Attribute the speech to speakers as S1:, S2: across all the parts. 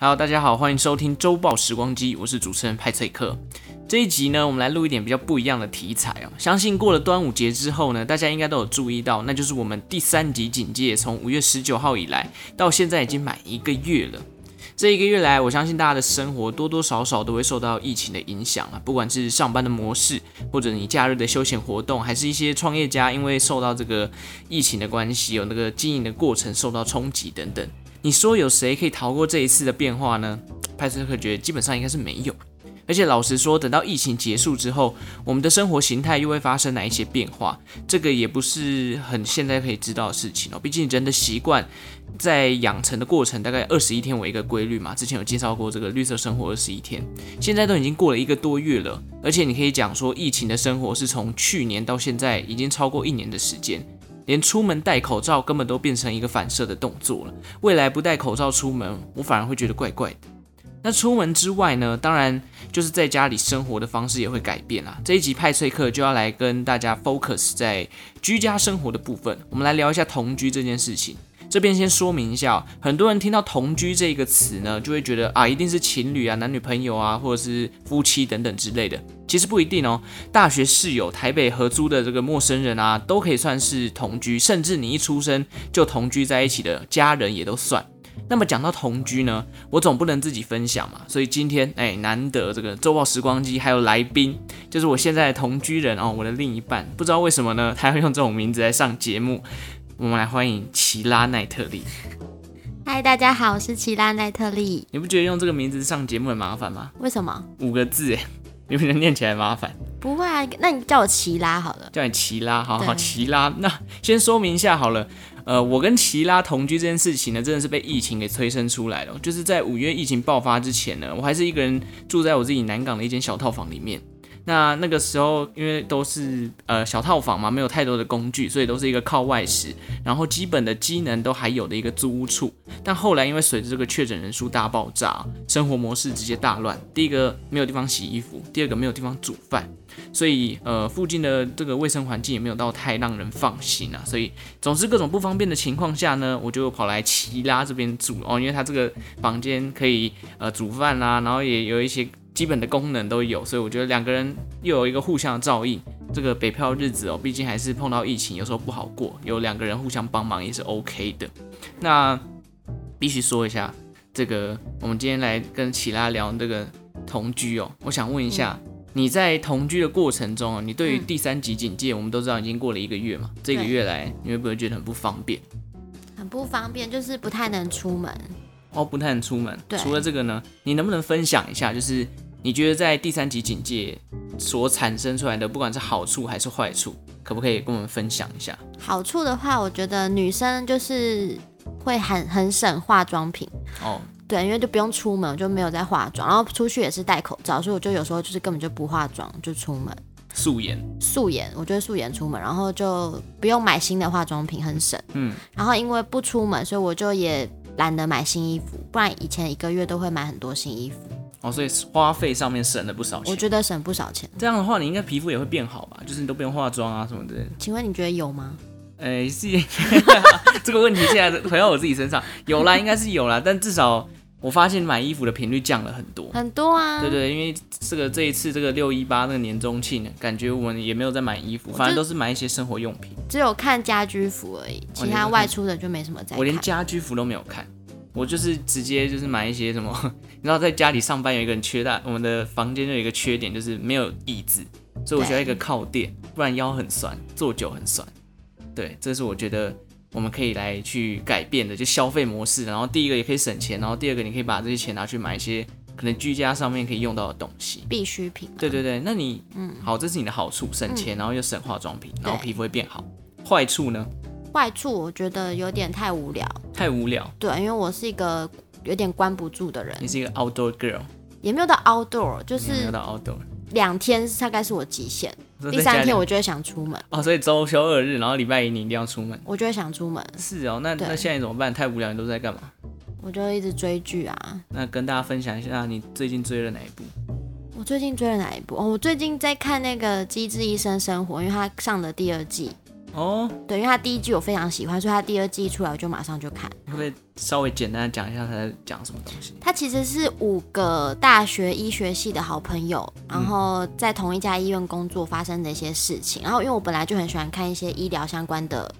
S1: Hello，大家好，欢迎收听周报时光机，我是主持人派翠克。这一集呢，我们来录一点比较不一样的题材哦。相信过了端午节之后呢，大家应该都有注意到，那就是我们第三级警戒从五月十九号以来到现在已经满一个月了。这一个月来，我相信大家的生活多多少少都会受到疫情的影响啊，不管是上班的模式，或者你假日的休闲活动，还是一些创业家因为受到这个疫情的关系，有那个经营的过程受到冲击等等。你说有谁可以逃过这一次的变化呢？派斯克觉得基本上应该是没有。而且老实说，等到疫情结束之后，我们的生活形态又会发生哪一些变化？这个也不是很现在可以知道的事情哦。毕竟人的习惯在养成的过程，大概二十一天为一个规律嘛。之前有介绍过这个绿色生活二十一天，现在都已经过了一个多月了。而且你可以讲说，疫情的生活是从去年到现在已经超过一年的时间。连出门戴口罩根本都变成一个反射的动作了。未来不戴口罩出门，我反而会觉得怪怪的。那出门之外呢，当然就是在家里生活的方式也会改变啦。这一集派翠克就要来跟大家 focus 在居家生活的部分，我们来聊一下同居这件事情。这边先说明一下哦、很多人听到“同居”这个词呢，就会觉得啊，一定是情侣啊、男女朋友啊，或者是夫妻等等之类的。其实不一定哦，大学室友、台北合租的这个陌生人啊，都可以算是同居，甚至你一出生就同居在一起的家人也都算。那么讲到同居呢，我总不能自己分享嘛，所以今天哎，难得这个周报时光机还有来宾，就是我现在的同居人哦，我的另一半，不知道为什么呢，他要用这种名字来上节目。我们来欢迎奇拉奈特利。
S2: 嗨，大家好，我是奇拉奈特利。
S1: 你不觉得用这个名字上节目很麻烦吗？
S2: 为什么？
S1: 五个字哎，你不觉得念起来麻烦？
S2: 不会啊，那你叫我奇拉好了。
S1: 叫你奇拉，好好
S2: 对
S1: 奇拉。那先说明一下好了，呃，我跟奇拉同居这件事情呢，真的是被疫情给催生出来了。哦就是在五月疫情爆发之前呢，我还是一个人住在我自己南港的一间小套房里面。那那个时候，因为都是呃小套房嘛，没有太多的工具，所以都是一个靠外食，然后基本的机能都还有的一个租屋处。但后来因为随着这个确诊人数大爆炸，生活模式直接大乱。第一个没有地方洗衣服，第二个没有地方煮饭，所以呃，附近的这个卫生环境也没有到太让人放心啊。所以，总之各种不方便的情况下呢，我就跑来奇拉这边住哦，因为它这个房间可以呃煮饭啦、然后也有一些基本的功能都有，所以我觉得两个人又有一个互相的照应。这个北漂日子哦，毕竟还是碰到疫情，有时候不好过，有两个人互相帮忙也是 OK 的。那必须说一下，这个我们今天来跟奇拉聊这个同居哦，我想问一下。你在同居的过程中啊，你对于
S2: 嗯
S1: 第三级警戒，我们都知道已经过了一个月嘛，这个
S2: 对
S1: 月来你会不会觉得很不方便？
S2: 很不方便，就是不太能出门。
S1: 哦，不太能出门。
S2: 对
S1: 除了这个呢，你能不能分享一下，就是你觉得在第三级警戒所产生出来的，不管是好处还是坏处，可不可以跟我们分享一下？
S2: 好处的话，我觉得女生就是会很很省化妆品，
S1: 哦，
S2: 对，因为就不用出门，我就没有在化妆，然后出去也是戴口罩，所以我就有时候就是根本就不化妆就出门，
S1: 素颜。
S2: 素颜，我就会素颜出门，然后就不用买新的化妆品，很省。
S1: 嗯，
S2: 然后因为不出门，所以我就也懒得买新衣服，不然以前一个月都会买很多新衣服，
S1: 哦，所以花费上面省了不少
S2: 我
S1: 钱。
S2: 觉得省不少钱。
S1: 这样的话，你应该皮肤也会变好吧？就是你都不用化妆啊什么之类的。
S2: 请问你觉得有吗？
S1: 呃，是 这个问题现在回到我自己身上，有啦，应该是有啦，但至少我发现买衣服的频率降了很多。
S2: 很多啊，
S1: 对对，因为这个这一次这个六一八那个年终庆，感觉我们也没有在买衣服，反正都是买一些生活用品。
S2: 只有看家居服而已，其
S1: 哦你
S2: 他
S1: 是
S2: 外
S1: 看
S2: 出的就没什么在
S1: 我连
S2: 看。
S1: 家居服都没有看，我就是直接就是买一些什么， 你知道在家里上班有一个很缺大，我们的房间就有一个缺点就是没有椅子，所以我需要一个靠垫，不然腰很酸，坐久很酸。对，这是我觉得我们可以来去改变的，就消费模式。然后第一个也可以省钱，然后第二个你可以把这些钱拿去买一些可能居家上面可以用到的东西。
S2: 必需品嘛，
S1: 对对对，那你嗯，好，这是你的好处，省钱，然后又省化妆品，然后皮肤会变好。坏处呢，
S2: 坏处我觉得有点太无聊。
S1: 太无聊。
S2: 对，因为我是一个有点关不住的人
S1: 你，是一个 outdoor girl，
S2: 也没有到 outdoor，就
S1: 你没有
S2: 是
S1: 到 outdoor。
S2: 两天大概是我极限，
S1: 都
S2: 第
S1: 嗯在家
S2: 三
S1: 里
S2: 天我就会想出门，
S1: 哦，所以周休二日，然后礼拜一你一定要出门。
S2: 我就会想出门，
S1: 是哦，那
S2: 对
S1: 那现在怎么办？太无聊，你都在干嘛？
S2: 我就一直追剧啊。
S1: 那跟大家分享一下，你最近追了哪一部？
S2: 我最近追了哪一部？哦，我最近在看那个《机智医生生活》，因为它上了第二季，
S1: 哦，
S2: 对，因为他第一季我非常喜欢，所以他第二季一出来我就马上就看。
S1: 你可不可以稍微简单的讲一下他在讲什么东西？
S2: 他其实是五个大学医学系的好朋友，
S1: 嗯
S2: 然后在同一家医院工作发生的一些事情。然后因为我本来就很喜欢看一些医疗相关的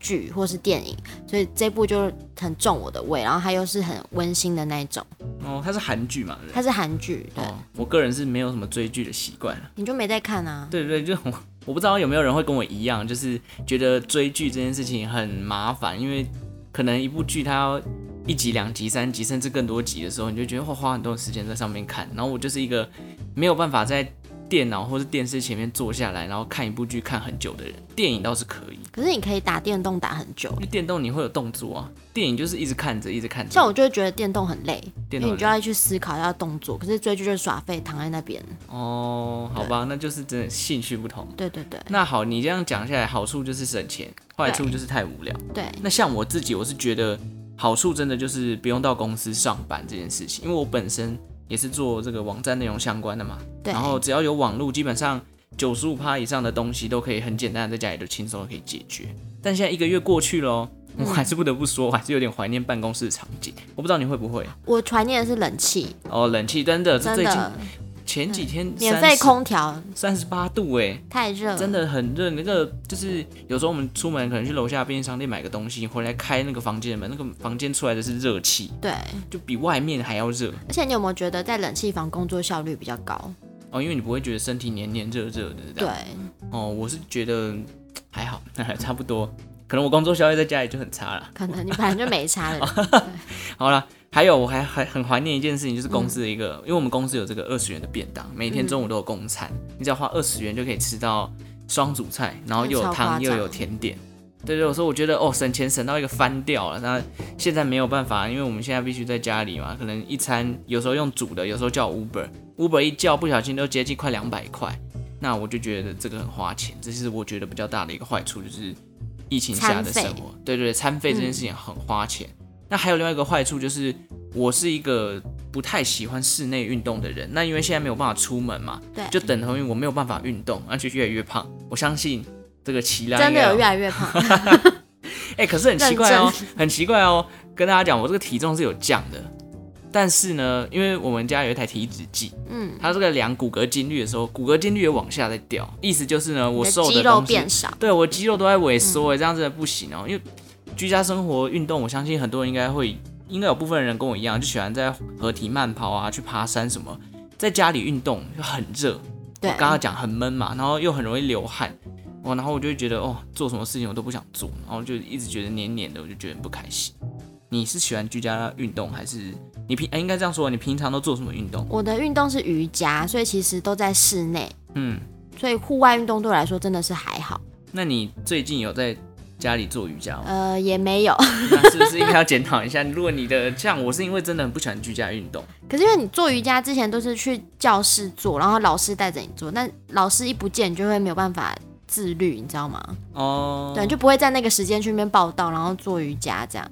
S2: 剧或是电影，所以这部就很重我的胃。然后它又是很温馨的那一种，
S1: 哦，它是韩剧嘛，对不对
S2: 它是韩剧，对，
S1: 哦，我个人是没有什么追剧的习惯啊
S2: 你就没在看啊？
S1: 对对，就我我不知道有没有人会跟我一样，就是觉得追剧这件事情很麻烦，因为可能一部剧它要一集、两集、三集，甚至更多集的时候，你就觉得会花很多时间在上面看。然后我就是一个没有办法在电脑或是电视前面坐下来，然后看一部剧看很久的人。电影倒是可以，
S2: 可是你可以打电动打很久
S1: 因为，电动你会有动作啊，电影就是一直看着，一直看着。
S2: 像我就会觉得电动很累，
S1: 电
S2: 因为
S1: 动
S2: 你就要去思考要动作，可是追剧就是耍废，躺在那边。
S1: 哦，好吧，那就是真的兴趣不同。
S2: 对对对
S1: 那好，你这样讲下来，好处就是省钱，坏处就是太无聊。
S2: 对，
S1: 那像我自己，我是觉得好处真的就是不用到公司上班这件事情，因为我本身也是做这个网站内容相关的嘛。
S2: 对
S1: 然后只要有网络，基本上九十五趴以上的东西都可以很简单的在家里就轻松地可以解决。但现在一个月过去喽，
S2: 嗯
S1: 我还是不得不说，我还是有点怀念办公室的场景。我不知道你会不会
S2: 我怀念的是冷气，
S1: 哦，冷气真的，这
S2: 真
S1: 最近
S2: 的嗯
S1: 前几天
S2: 免费空调
S1: 三十八度哎、
S2: 太热了，
S1: 真的很热，那个就是有时候我们出门可能去楼下便利商店买个东西，回来开那个房间的门，那个房间出来的是热气，
S2: 对，
S1: 就比外面还要热
S2: 而且你有没有觉得在冷气房工作效率比较高？
S1: 哦，因为你不会觉得身体黏黏热热的这
S2: 对
S1: 样。，哦，我是觉得嗯还好， 差不多，可能我工作效率在家里就很差了。
S2: 可能你本来就没差
S1: 哦
S2: 的人，
S1: 好了，还有我还还很怀念一件事情，就是公司的一个，因为我们公司有这个二十元的便当，每天中午都有公餐，你只要花二十元就可以吃到双主菜，然后又有
S2: 那超夸
S1: 汤
S2: 张
S1: 又有甜点。对对，我说我觉得哦，省钱省到一个翻掉了。那现在没有办法，因为我们现在必须在家里嘛，可能一餐有时候用煮的，有时候叫 Uber，Uber 一叫不小心都接近快两百块。那我就觉得这个很花钱，这是我觉得比较大的一个坏处，就是疫情下的生
S2: 餐费嗯
S1: 活。对对对，餐费这件事情很花钱。那还有另外一个坏处就是，我是一个不太喜欢室内运动的人。那因为现在没有办法出门嘛，
S2: 对，
S1: 就等同于我没有办法运动，而且越来越胖。我相信这个奇拉
S2: 真
S1: 应
S2: 的
S1: 该
S2: 有越来越胖，
S1: 哎、可是很奇怪哦，很奇怪哦，跟大家讲，我这个体重是有降的，但是呢，因为我们家有一台体脂计，
S2: 嗯，
S1: 它这个量骨骼筋率的时候，骨骼筋率也往下在掉，意思就是呢，
S2: 你
S1: 我
S2: 的
S1: 瘦
S2: 肌肉
S1: 东西
S2: 变嗯少，
S1: 对我肌肉都在萎缩，哎、这样真的不行哦、因为居家生活运动，我相信很多人应该会，应该有部分人跟我一样，就喜欢在合体慢跑啊，去爬山什么，在家里运动就很热，
S2: 对
S1: 我，刚刚讲很闷嘛，然后又很容易流汗，哦，然后我就会觉得哦，做什么事情我都不想做，然后就一直觉得黏黏的，我就觉得很不开心。你是喜欢居家运动，还是你平、哎应该这样说，你平常都做什么运动？
S2: 我的运动是瑜伽，所以其实都在室内，
S1: 嗯，
S2: 所以户外运动对我来说真的是还好，
S1: 那你最近有在家里做瑜伽吗？嗯
S2: 呃，也没有。
S1: 那是不是应该要检讨一下？如果你的像我是因为真的很不喜欢居家运动，
S2: 可是因为你做瑜伽之前都是去教室做，然后老师带着你做，那老师一不见，你就会没有办法自律，你知道吗？
S1: 哦，
S2: 对，就不会在那个时间去那边报道，然后做瑜伽这样。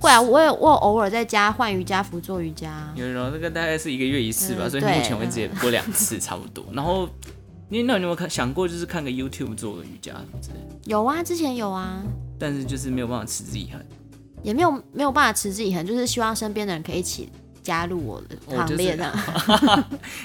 S2: 会啊，我有我有偶尔在家换瑜伽服做瑜伽。啊
S1: 有然后那个大概是一个月一次吧，
S2: 嗯
S1: 所以目
S2: 对
S1: 前为止也播两次差不多。然后，你那你有没有看想过就是看个 YouTube 做个瑜伽什么之类的？
S2: 有啊，之前有啊，
S1: 但是就是没有办法持之以恒，
S2: 也没有没有办法持之以恒，就是希望身边的人可以一起加入我的
S1: 我
S2: 行
S1: 就是
S2: 列这样。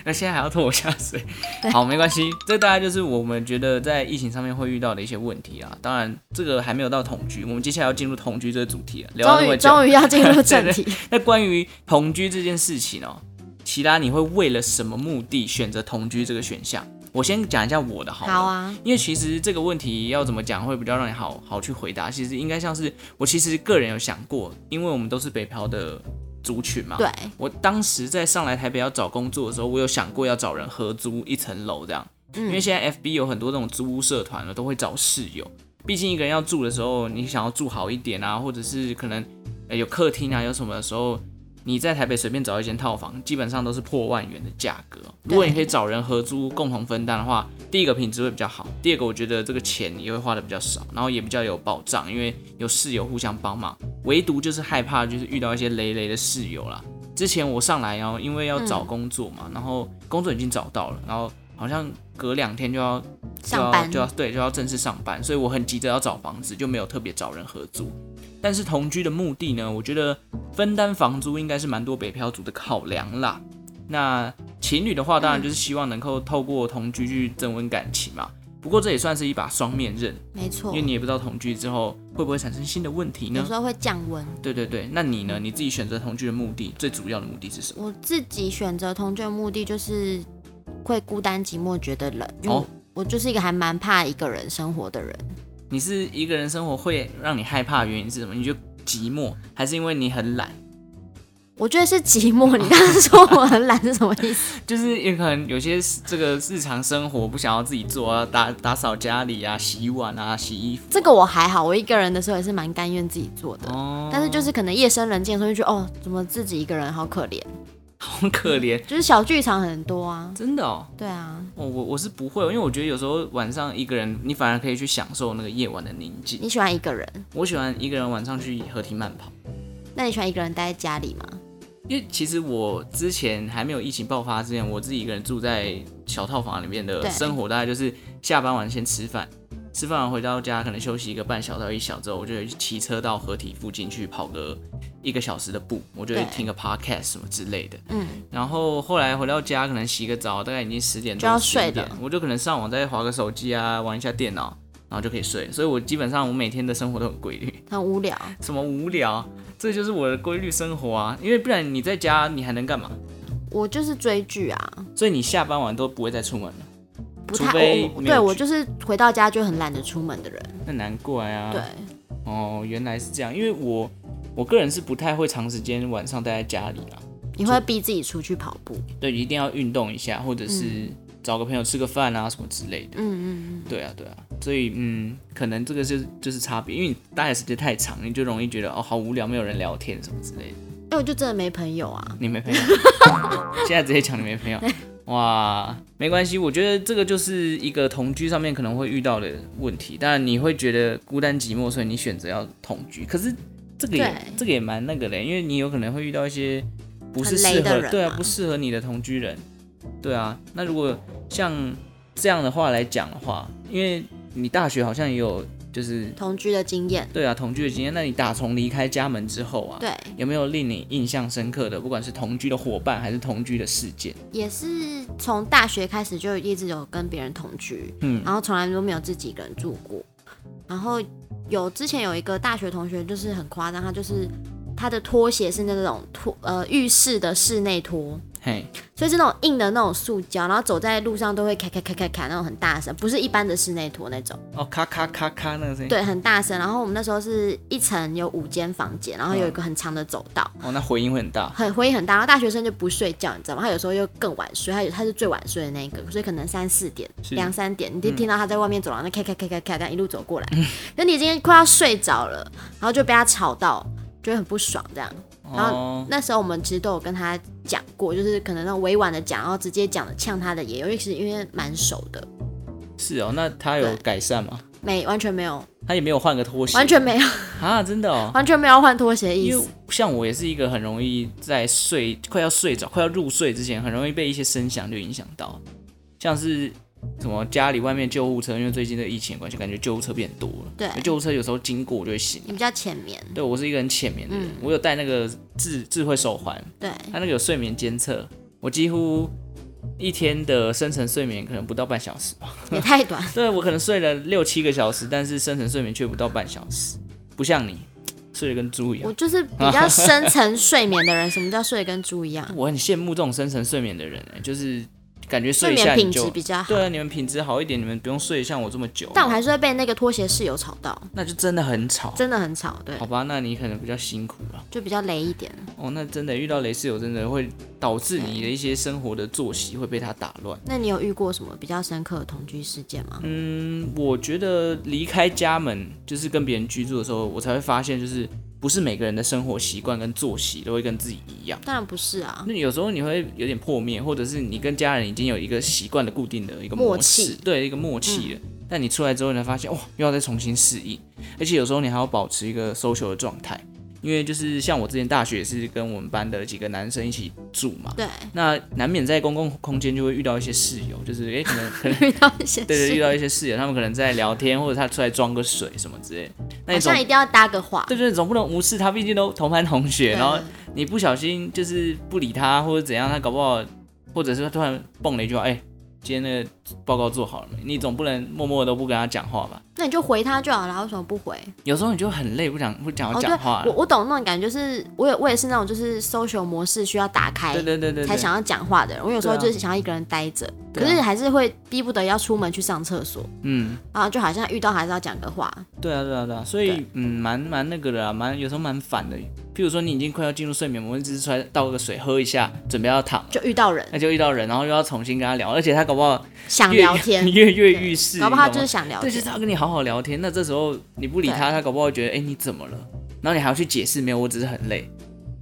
S1: 那现在还要拖我下水。好，没关系，这大概就是我们觉得在疫情上面会遇到的一些问题啊。当然，这个还没有到同居，我们接下来要进入同居这个主题哦了。聊到那
S2: 终
S1: 么
S2: 于
S1: 久，
S2: 终于要进入正
S1: 对
S2: 题，
S1: 那关于同居这件事情哦，齐拉，你会为了什么目的选择同居这个选项？我先讲一下我 的好了。
S2: 好啊，
S1: 因为其实这个问题要怎么讲会比较让你好好去回答，其实应该像是我其实个人有想过，因为我们都是北漂的族群嘛。
S2: 对，
S1: 我当时在上来台北要找工作的时候，我有想过要找人合租一层楼这样，因为
S2: 嗯，
S1: 现在 FB 有很多这种租屋社团了，都会找室友。毕竟一个人要住的时候，你想要住好一点啊，或者是可能呃有客厅啊，有什么的时候，你在台北随便找一间套房，基本上都是破万元的价格。如果你可以找人合租共同分担的话，第一个品质会比较好，第二个我觉得这个钱也会花的比较少，然后也比较有保障，因为有室友互相帮忙。唯独就是害怕就是遇到一些雷雷的室
S2: 嗯
S1: 友啦。之前我上来然后因为要找工作嘛，然后工作已经找到了，然后好像隔两天就要就
S2: 上
S1: 要
S2: 班
S1: 就要对就要正式上班，所以我很急着要找房子，就没有特别找人合租。但是同居的目的呢，我觉得分担房租应该是蛮多北漂族的考量啦。那情侣的话，
S2: 嗯
S1: 当然就是希望能够透过同居去增温感情嘛。不过这也算是一把双面刃，
S2: 没错
S1: 因为，你也不知道同居之后会不会产生新的问题
S2: 有
S1: 呢
S2: 时？候会降温。
S1: 对对对，那你呢？你自己选择同居的目的，最主要的目的是什么？
S2: 我自己选择同居的目的就是会孤单寂寞觉得冷，因为
S1: 哦
S2: 我就是一个还蛮怕一个人生活的人。
S1: 你是一个人生活会让你害怕的原因是什么？你觉得寂寞，还是因为你很懒？
S2: 我觉得是寂寞。你刚刚说我很懒是什么意思？
S1: 就是也可能有些这个日常生活不想要自己做啊，打打扫家里啊，洗碗啊，洗衣服。
S2: 这个我还好，我一个人的时候也是蛮甘愿自己做的。
S1: 哦，
S2: 但是就是可能夜深人静的时候，就觉得哦，怎么自己一个人好可怜？
S1: 好可怜，
S2: 就是小剧场很多啊，
S1: 真的哦。
S2: 对啊，
S1: 哦我我是不会，因为我觉得有时候晚上一个人，你反而可以去享受那个夜晚的宁静。
S2: 你喜欢一个人，
S1: 我喜欢一个人晚上去河堤慢跑，
S2: 那你喜欢一个人待在家里吗？
S1: 因为其实我之前还没有疫情爆发之前，我自己一个人住在小套房里面的
S2: 对
S1: 生活，大概就是下班完先吃饭，吃饭完回到家可能休息一个半小时到一小时之后，我就会骑车到河堤附近去跑个一个小时的步，我就会
S2: 对
S1: 听个 podcast 什么之类的。
S2: 嗯，
S1: 然后后来回到家，可能洗个澡，大概已经十点多
S2: 就要
S1: 11
S2: 睡
S1: 点
S2: 了
S1: 我就可能上网再划个手机啊，玩一下电脑，然后就可以睡。所以我基本上我每天的生活都很规律，
S2: 很无聊，
S1: 什么无聊，这就是我的规律生活啊。因为不然你在家你还能干嘛？
S2: 我就是追剧啊，
S1: 所以你下班晚都不会再出门了，
S2: 不
S1: 除
S2: 太
S1: 非
S2: 我我
S1: 没有
S2: 对
S1: 剧
S2: 我就是回到家就很懒得出门的人，
S1: 那难怪啊。
S2: 对，，
S1: 哦，原来是这样，因为我我个人是不太会长时间晚上待在家里啦。
S2: 你会逼自己出去跑步，
S1: 对，一定要运动一下，或者是找个朋友吃个饭啊什么之类的。
S2: 嗯嗯嗯，
S1: 对啊，对啊，所以嗯，可能这个就是就是差别，因为你待的时间太长，你就容易觉得哦好无聊，没有人聊天什么之类的。
S2: 因为我就真的没朋友啊，
S1: 你没朋 友，现在直接讲你没朋友，哇，没关系，我觉得这个就是一个同居上面可能会遇到的问题。当然你会觉得孤单寂寞，所以你选择要同居，可是这个也
S2: 对
S1: 这个也蛮那个的，因为你有可能会遇到一些不是
S2: 很
S1: 适
S2: 雷的
S1: 合
S2: 人
S1: 对啊
S2: 嘛
S1: 不适合你的同居人，对啊。那如果像这样的话来讲的话，因为你大学好像也有就是
S2: 同居的经验，
S1: 对啊同居的经验，那你打从离开家门之后啊，
S2: 对，
S1: 有没有令你印象深刻的，不管是同居的伙伴还是同居的事件？
S2: 也是从大学开始就一直有跟别人同居，
S1: 嗯
S2: 然后从来都没有自己一个人住过。然后有之前有一个大学同学，就是很夸张，他就是他的拖鞋是那种拖呃浴室的室内拖，
S1: 嘿，
S2: 所以是那种硬的那种塑胶，然后走在路上都会咔咔咔咔咔那种很大声，不是一般的室内拖那种，
S1: 哦，咔咔咔咔那个声音，，
S2: 对，很大声。然后我们那时候是一层有五间房间，然后有一个很长的走道。
S1: 哦，那回音会很大。
S2: 很回音很大，然后大学生就不睡觉，你知道吗？他有时候又更晚睡，他有他是最晚睡的那一个，所以可能三四点、
S1: 是嗯
S2: 两三点，你就听到他在外面走廊那咔咔咔咔咔，这样一路走过来，可你已经快要睡着了，然后就被他吵到，就会很不爽这样。然后
S1: 哦，
S2: 那时候我们其实都有跟他讲过，就是可能那种委婉的讲，然后直接讲的呛他的也有，因为其实因为蛮熟的，
S1: 是哦，那他有
S2: 对
S1: 改善吗？
S2: 没完全没有，
S1: 他也没有换个拖鞋，
S2: 完全没有，
S1: 啊，真的哦。
S2: 完全没有换拖鞋的意
S1: 因
S2: 思
S1: 为。像我也是一个很容易在睡快要睡着、快要入睡之前，很容易被一些声响就影响到，像是什么家里外面救护车，因为最近这个疫情的关系，感觉救护车变多了。
S2: 对
S1: 救护车有时候经过我就会醒。
S2: 你比较浅眠，
S1: 对我是一个很浅眠的人，我有戴那个智智慧手环，
S2: 对，
S1: 它那个有睡眠监测，我几乎一天的深层睡眠可能不到半小时吧。
S2: 也太短，
S1: 对我可能睡了六七个小时，但是深层睡眠却不到半小时，不像你睡得跟猪一样
S2: 我。就是比较深层睡眠的人，什么叫睡得跟猪一样？
S1: 我很羡慕这种深层睡眠的人、欸，就是感觉睡
S2: 睡
S1: 一下
S2: 眠
S1: 你
S2: 品质
S1: 就
S2: 比较好，
S1: 对啊，你们品质好一点，你们不用睡像我这么久。
S2: 但我还是会被那个拖鞋室友吵到，
S1: 那就真的很吵。
S2: 真的很吵，对
S1: 好，吧，那你可能比较辛苦了。
S2: 就比较雷一点。
S1: 哦，那真的遇到雷室友，真的会导致你的一些生活的作息会被他打乱。
S2: 那你有遇过什么比较深刻的同居事件吗？
S1: 嗯，我觉得离开家门，就是跟别人居住的时候，我才会发现，就是不是每个人的生活习惯跟作息都会跟自己一样。
S2: 当然不是啊，
S1: 那有时候你会有点破灭，或者是你跟家人已经有一个习惯的固定的一个
S2: 默
S1: 模式
S2: 契，嗯
S1: 对，一个默契了。但你出来之后，你才发现，哇，又要再重新适应，而且有时候你还要保持一个 social 的状态。因为就是像我之前大学也是跟我们班的几个男生一起住嘛，
S2: 对，
S1: 那难免在公共空间就会遇到一些室友，就是诶、可能 可能
S2: 遇到一些
S1: 嗯对对
S2: 事
S1: 遇到一些室友，他们可能在聊天，或者他出来装个水什么之类的，那
S2: 好
S1: 你总
S2: 像一定要搭个话，
S1: 对对，总不能无视他，毕竟都同班同学，
S2: 对
S1: 然后你不小心就是不理他或者怎样，他搞不好，或者是他突然蹦了一句话，哎、今天那个报告做好了没？你总不能默默地都不跟他讲话吧？
S2: 那你就回他就好了，为什么不回？
S1: 有时候你就很累，不想不想要
S2: 哦，对
S1: 讲话，
S2: 我我懂那种感觉，就是我也我也是那种就是 social 模式需要打开，
S1: 对对对对对，
S2: 啊才想要讲话的人。我有时候
S1: 对啊
S2: 就是想要一个人待着，
S1: 对
S2: 可
S1: 啊
S2: 是还是会逼不得要出门去上厕所，
S1: 嗯，
S2: 然后就好像遇到还是要讲个话。
S1: 对啊对啊对啊，所以
S2: 对
S1: 嗯，蛮蛮那个的啊，蛮有时候蛮烦的。譬如说你已经快要进入睡眠，我们只是出来倒个水喝一下，准备要躺了，
S2: 就遇到人
S1: 那就遇到人，然后又要重新跟他聊，而且他搞不好
S2: 想
S1: 跃
S2: 聊天，
S1: 跃跃
S2: 对
S1: 欲试，
S2: 搞不
S1: 你
S2: 好
S1: 懂
S2: 就
S1: 吗
S2: 是想聊
S1: 对，就
S2: 天
S1: 是。他要跟你好好聊天。那这时候你不理他，
S2: 对
S1: 他搞不好会觉得，哎、你怎么了？然后你还要去解释，没有，我只是很累。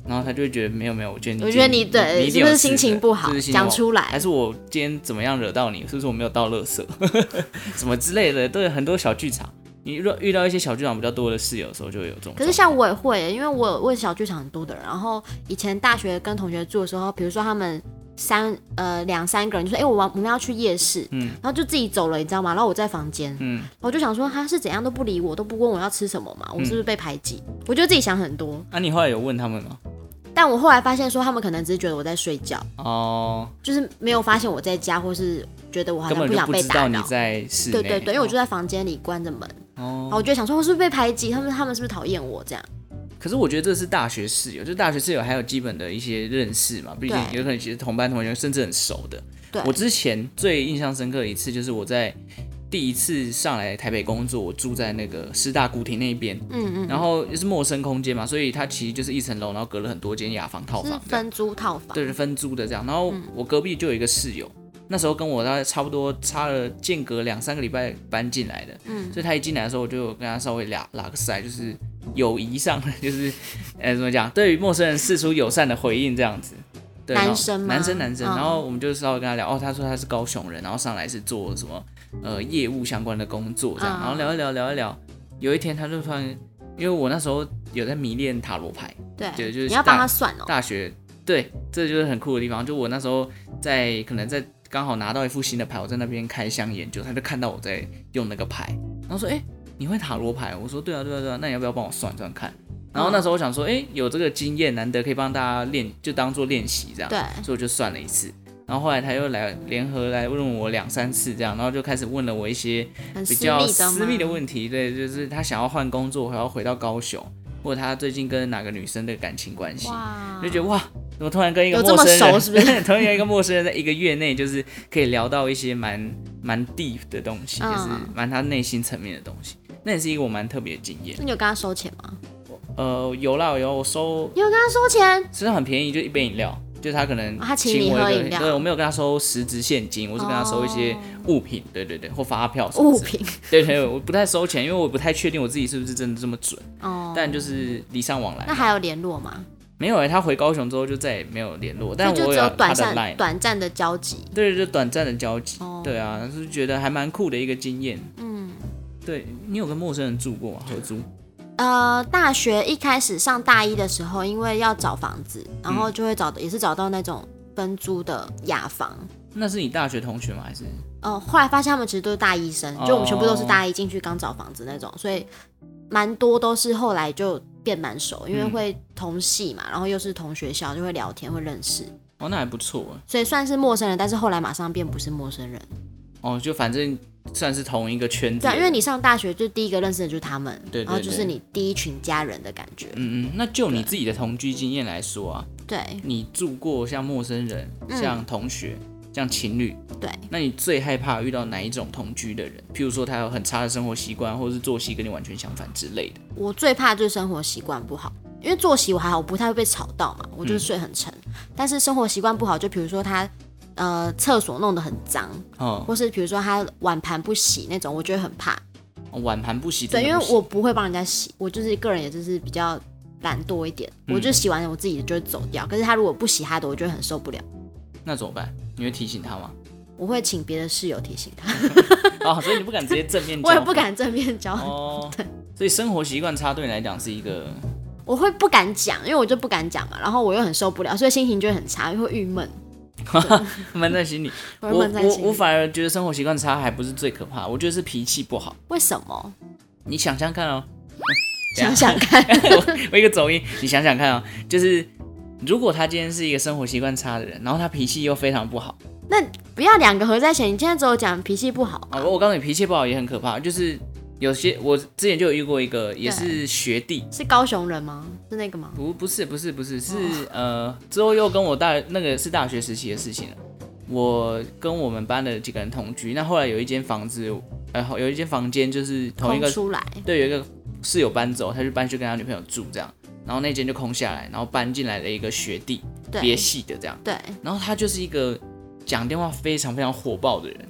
S1: 然后他就会觉得没有没有，我觉得你
S2: 我
S1: 今
S2: 觉得
S1: 天
S2: 你对
S1: 你一
S2: 是
S1: 定
S2: 不
S1: 有
S2: 是
S1: 事
S2: 心情
S1: 的
S2: 不好
S1: 是不是心情
S2: 讲
S1: 不好
S2: 出来
S1: 还是我今天怎么样惹到你？是不是我没有倒垃圾， 什么之类的？对，很多小剧场，你遇到遇到一些小剧场比较多的室友的时候，就会有这种状况。
S2: 可是像我也会耶，因为我我也是小剧场很多的人。然后以前大学跟同学住的时候，比如说他们三呃两三个人就说：“哎、我们我们要去夜市。”
S1: 嗯
S2: 然后就自己走了，你知道吗？然后我在房间，
S1: 嗯，
S2: 我就想说他是怎样都不理我，都不问我要吃什么嘛，我是不是被排挤？我就自己想很多。
S1: 那、你后来有问他们吗？
S2: 但我后来发现说，他们可能只是觉得我在睡觉，
S1: 哦，
S2: 就是没有发现我在家，或是觉得我好
S1: 根
S2: 像
S1: 本就
S2: 想
S1: 不
S2: 被
S1: 知道
S2: 打
S1: 你
S2: 扰。
S1: 在室内。
S2: 对对对，因为我就在房间里关着门，然后
S1: 哦，
S2: 我就想说，我是不是被排挤？他们他们是不是讨厌我这样？
S1: 可是我觉得这是大学室友，就大学室友还有基本的一些认识嘛，毕竟
S2: 对
S1: 有可能其实同班同学甚至很熟的。
S2: 对
S1: 我之前最印象深刻的一次就是我在第一次上来台北工作，我住在那个师大古亭那边，
S2: 嗯嗯，
S1: 然后就是陌生空间嘛，所以它其实就是一层楼，然后隔了很多间雅房套
S2: 是
S1: 房，
S2: 分租套房。
S1: 对，是分租的这样。然
S2: 嗯
S1: 后我隔壁就有一个室友，那时候跟我大概差不多差了间隔两三个礼拜搬进来的，
S2: 嗯，
S1: 所以他一进来的时候，我就有跟他稍微拉拉个塞，就是友谊上的，就是呃怎么讲，对于陌生人释出友善的回应这样子。对，
S2: 男
S1: 然后
S2: 生吗
S1: 男生，男生，
S2: 嗯
S1: 然后我们就稍微跟他聊，哦，他说他是高雄人，然后上来是做什么呃业务相关的工作这样，
S2: 嗯
S1: 然后聊一聊聊一聊，有一天他就突然，因为我那时候有在迷恋塔罗牌，
S2: 对，
S1: 对就是
S2: 你要帮
S1: 大
S2: 他算哦。
S1: 大学，对，这就是很酷的地方。就我那时候在可能在刚好拿到一副新的牌，我在那边开箱研究，他就看到我在用那个牌，然后说：“哎、你会塔罗牌？”我说：“对啊，对啊，对啊。”那你要不要帮我算算看？然
S2: 嗯
S1: 后那时候我想说：“哎、有这个经验，难得可以帮大家练，就当做练习这样。”
S2: 对
S1: 所以我就算了一次。然后后来他又来联合来问我两三次这样，然后就开始问了我一些
S2: 很
S1: 比
S2: 私
S1: 较
S2: 密的
S1: 私密的
S2: 吗
S1: 问题，对，就是他想要换工作，还要回到高雄，或者他最近跟哪个女生的感情关系，
S2: 哇，
S1: 就觉得哇，怎么突然跟一个
S2: 嗯
S1: 陌
S2: 有这么
S1: 生人，
S2: 熟是不是
S1: 突然跟一个陌生人在一个月内，就是可以聊到一些蛮蛮 deep 的东西，
S2: 嗯
S1: 就是蛮他内心层面的东西。那也是一个我蛮特别的经验
S2: 那。你有跟他收钱吗？
S1: 呃，有啦有，我收
S2: 你有跟他收钱？
S1: 其实很便宜，就一杯饮料，就是他可能
S2: 啊他请你
S1: 我一
S2: 喝
S1: 个
S2: 饮料
S1: 对我没有跟他收实质现金，我是跟他收一些
S2: 哦
S1: 物品，对对对，或发票什么
S2: 物
S1: 之类的
S2: 品
S1: 对对，我不太收钱，因为我不太确定我自己是不是真的这么准，
S2: 哦。
S1: 但就是礼尚往来
S2: 那。还有联络吗？
S1: 没有哎、他回高雄之后就再也没有联络，但
S2: 所以就
S1: 我
S2: 只有
S1: 他
S2: 短
S1: 的
S2: 暂
S1: line，
S2: 短暂的交集。
S1: 对，就短暂的交集。
S2: 哦
S1: 对啊，就是觉得还蛮酷的一个经验。
S2: 嗯，
S1: 对你有跟陌生人住过吗？合租？
S2: 呃，大学一开始上大一的时候，因为要找房子，
S1: 嗯
S2: 然后就会找也是找到那种分租的雅房。
S1: 那是你大学同学吗？还是
S2: 呃，后来发现他们其实都是大一生，就我们全部都是
S1: 哦
S2: 大一进去刚找房子那种，所以蛮多都是后来就变蛮熟，因为
S1: 嗯
S2: 会同系嘛，然后又是同学校，就会聊天会认识，
S1: 哦，那还不错啊
S2: 所以算是陌生人，但是后来马上变不是陌生人。
S1: 哦，就反正算是同一个圈子。
S2: 对啊，因为你上大学就第一个认识的就是他们，
S1: 对对
S2: 然后就
S1: 对
S2: 是你第一群家人的感觉。
S1: 嗯嗯，那就你自己的同居经验来说啊，
S2: 对
S1: 你住过像陌生人、
S2: 嗯
S1: 像同学、像情侣，
S2: 对，
S1: 那你最害怕遇到哪一种同居的人？譬如说他有很差的生活习惯，或者是作息跟你完全相反之类的。
S2: 我最怕就是生活习惯不好，因为作息我还好，我不太会被吵到嘛，我
S1: 嗯
S2: 就是睡很沉。但是生活习惯不好，就比如说他呃厕所弄得很脏，
S1: 哦，
S2: 或是比如说他碗盘不洗那种，我就会很怕。
S1: 碗盘不洗，
S2: 对，
S1: 真
S2: 因
S1: 的
S2: 为
S1: 不行
S2: 我不会帮人家洗，我就是个人也就是比较懒惰一点，我
S1: 嗯
S2: 就洗完了我自己就会走掉。可是他如果不洗他的，我就会很受不了。
S1: 那怎么办？你会提醒他吗？
S2: 我会请别的室友提醒他，
S1: 哦，所以你不敢 直接正面交，哦
S2: 我也不敢正面交。
S1: 哦。所以生活习惯差对你来讲是一个
S2: 我会不敢讲，因为我就不敢讲嘛，然后我又很受不了，所以心情就会很差，又会郁闷，
S1: 闷在心里。
S2: 我
S1: 我
S2: 会闷在
S1: 我
S2: 心
S1: 我
S2: 里。
S1: 反而觉得生活习惯差还不是最可怕，我觉得是脾气不好。
S2: 为什么？
S1: 你想想看哦，怎
S2: 想
S1: 样
S2: 想看，
S1: 我我一个走音，你想想看啊、就是如果他今天是一个生活习惯差的人，然后他脾气又非常不好
S2: 那不要两个合在一起。你今天只有讲脾气不好，
S1: 啊，我我告诉你，脾气不好也很可怕，就是有些我之前就有遇过一个也是学弟。
S2: 是高雄人吗？是那个吗？
S1: 不，不是，不是，不是，是
S2: 哦
S1: 呃，之后又跟我大那个是大学时期的事情了。我跟我们班的几个人同居，那后来有一间房子，呃，有一间房间就是同一
S2: 空
S1: 个
S2: 出来，
S1: 对，有一个室友搬走，他就搬去跟他女朋友住这样，然后那间就空下来，然后搬进来了一个学弟，别
S2: 对
S1: 系的这样，
S2: 对，
S1: 然后他就是一个讲电话非常非常火爆的人，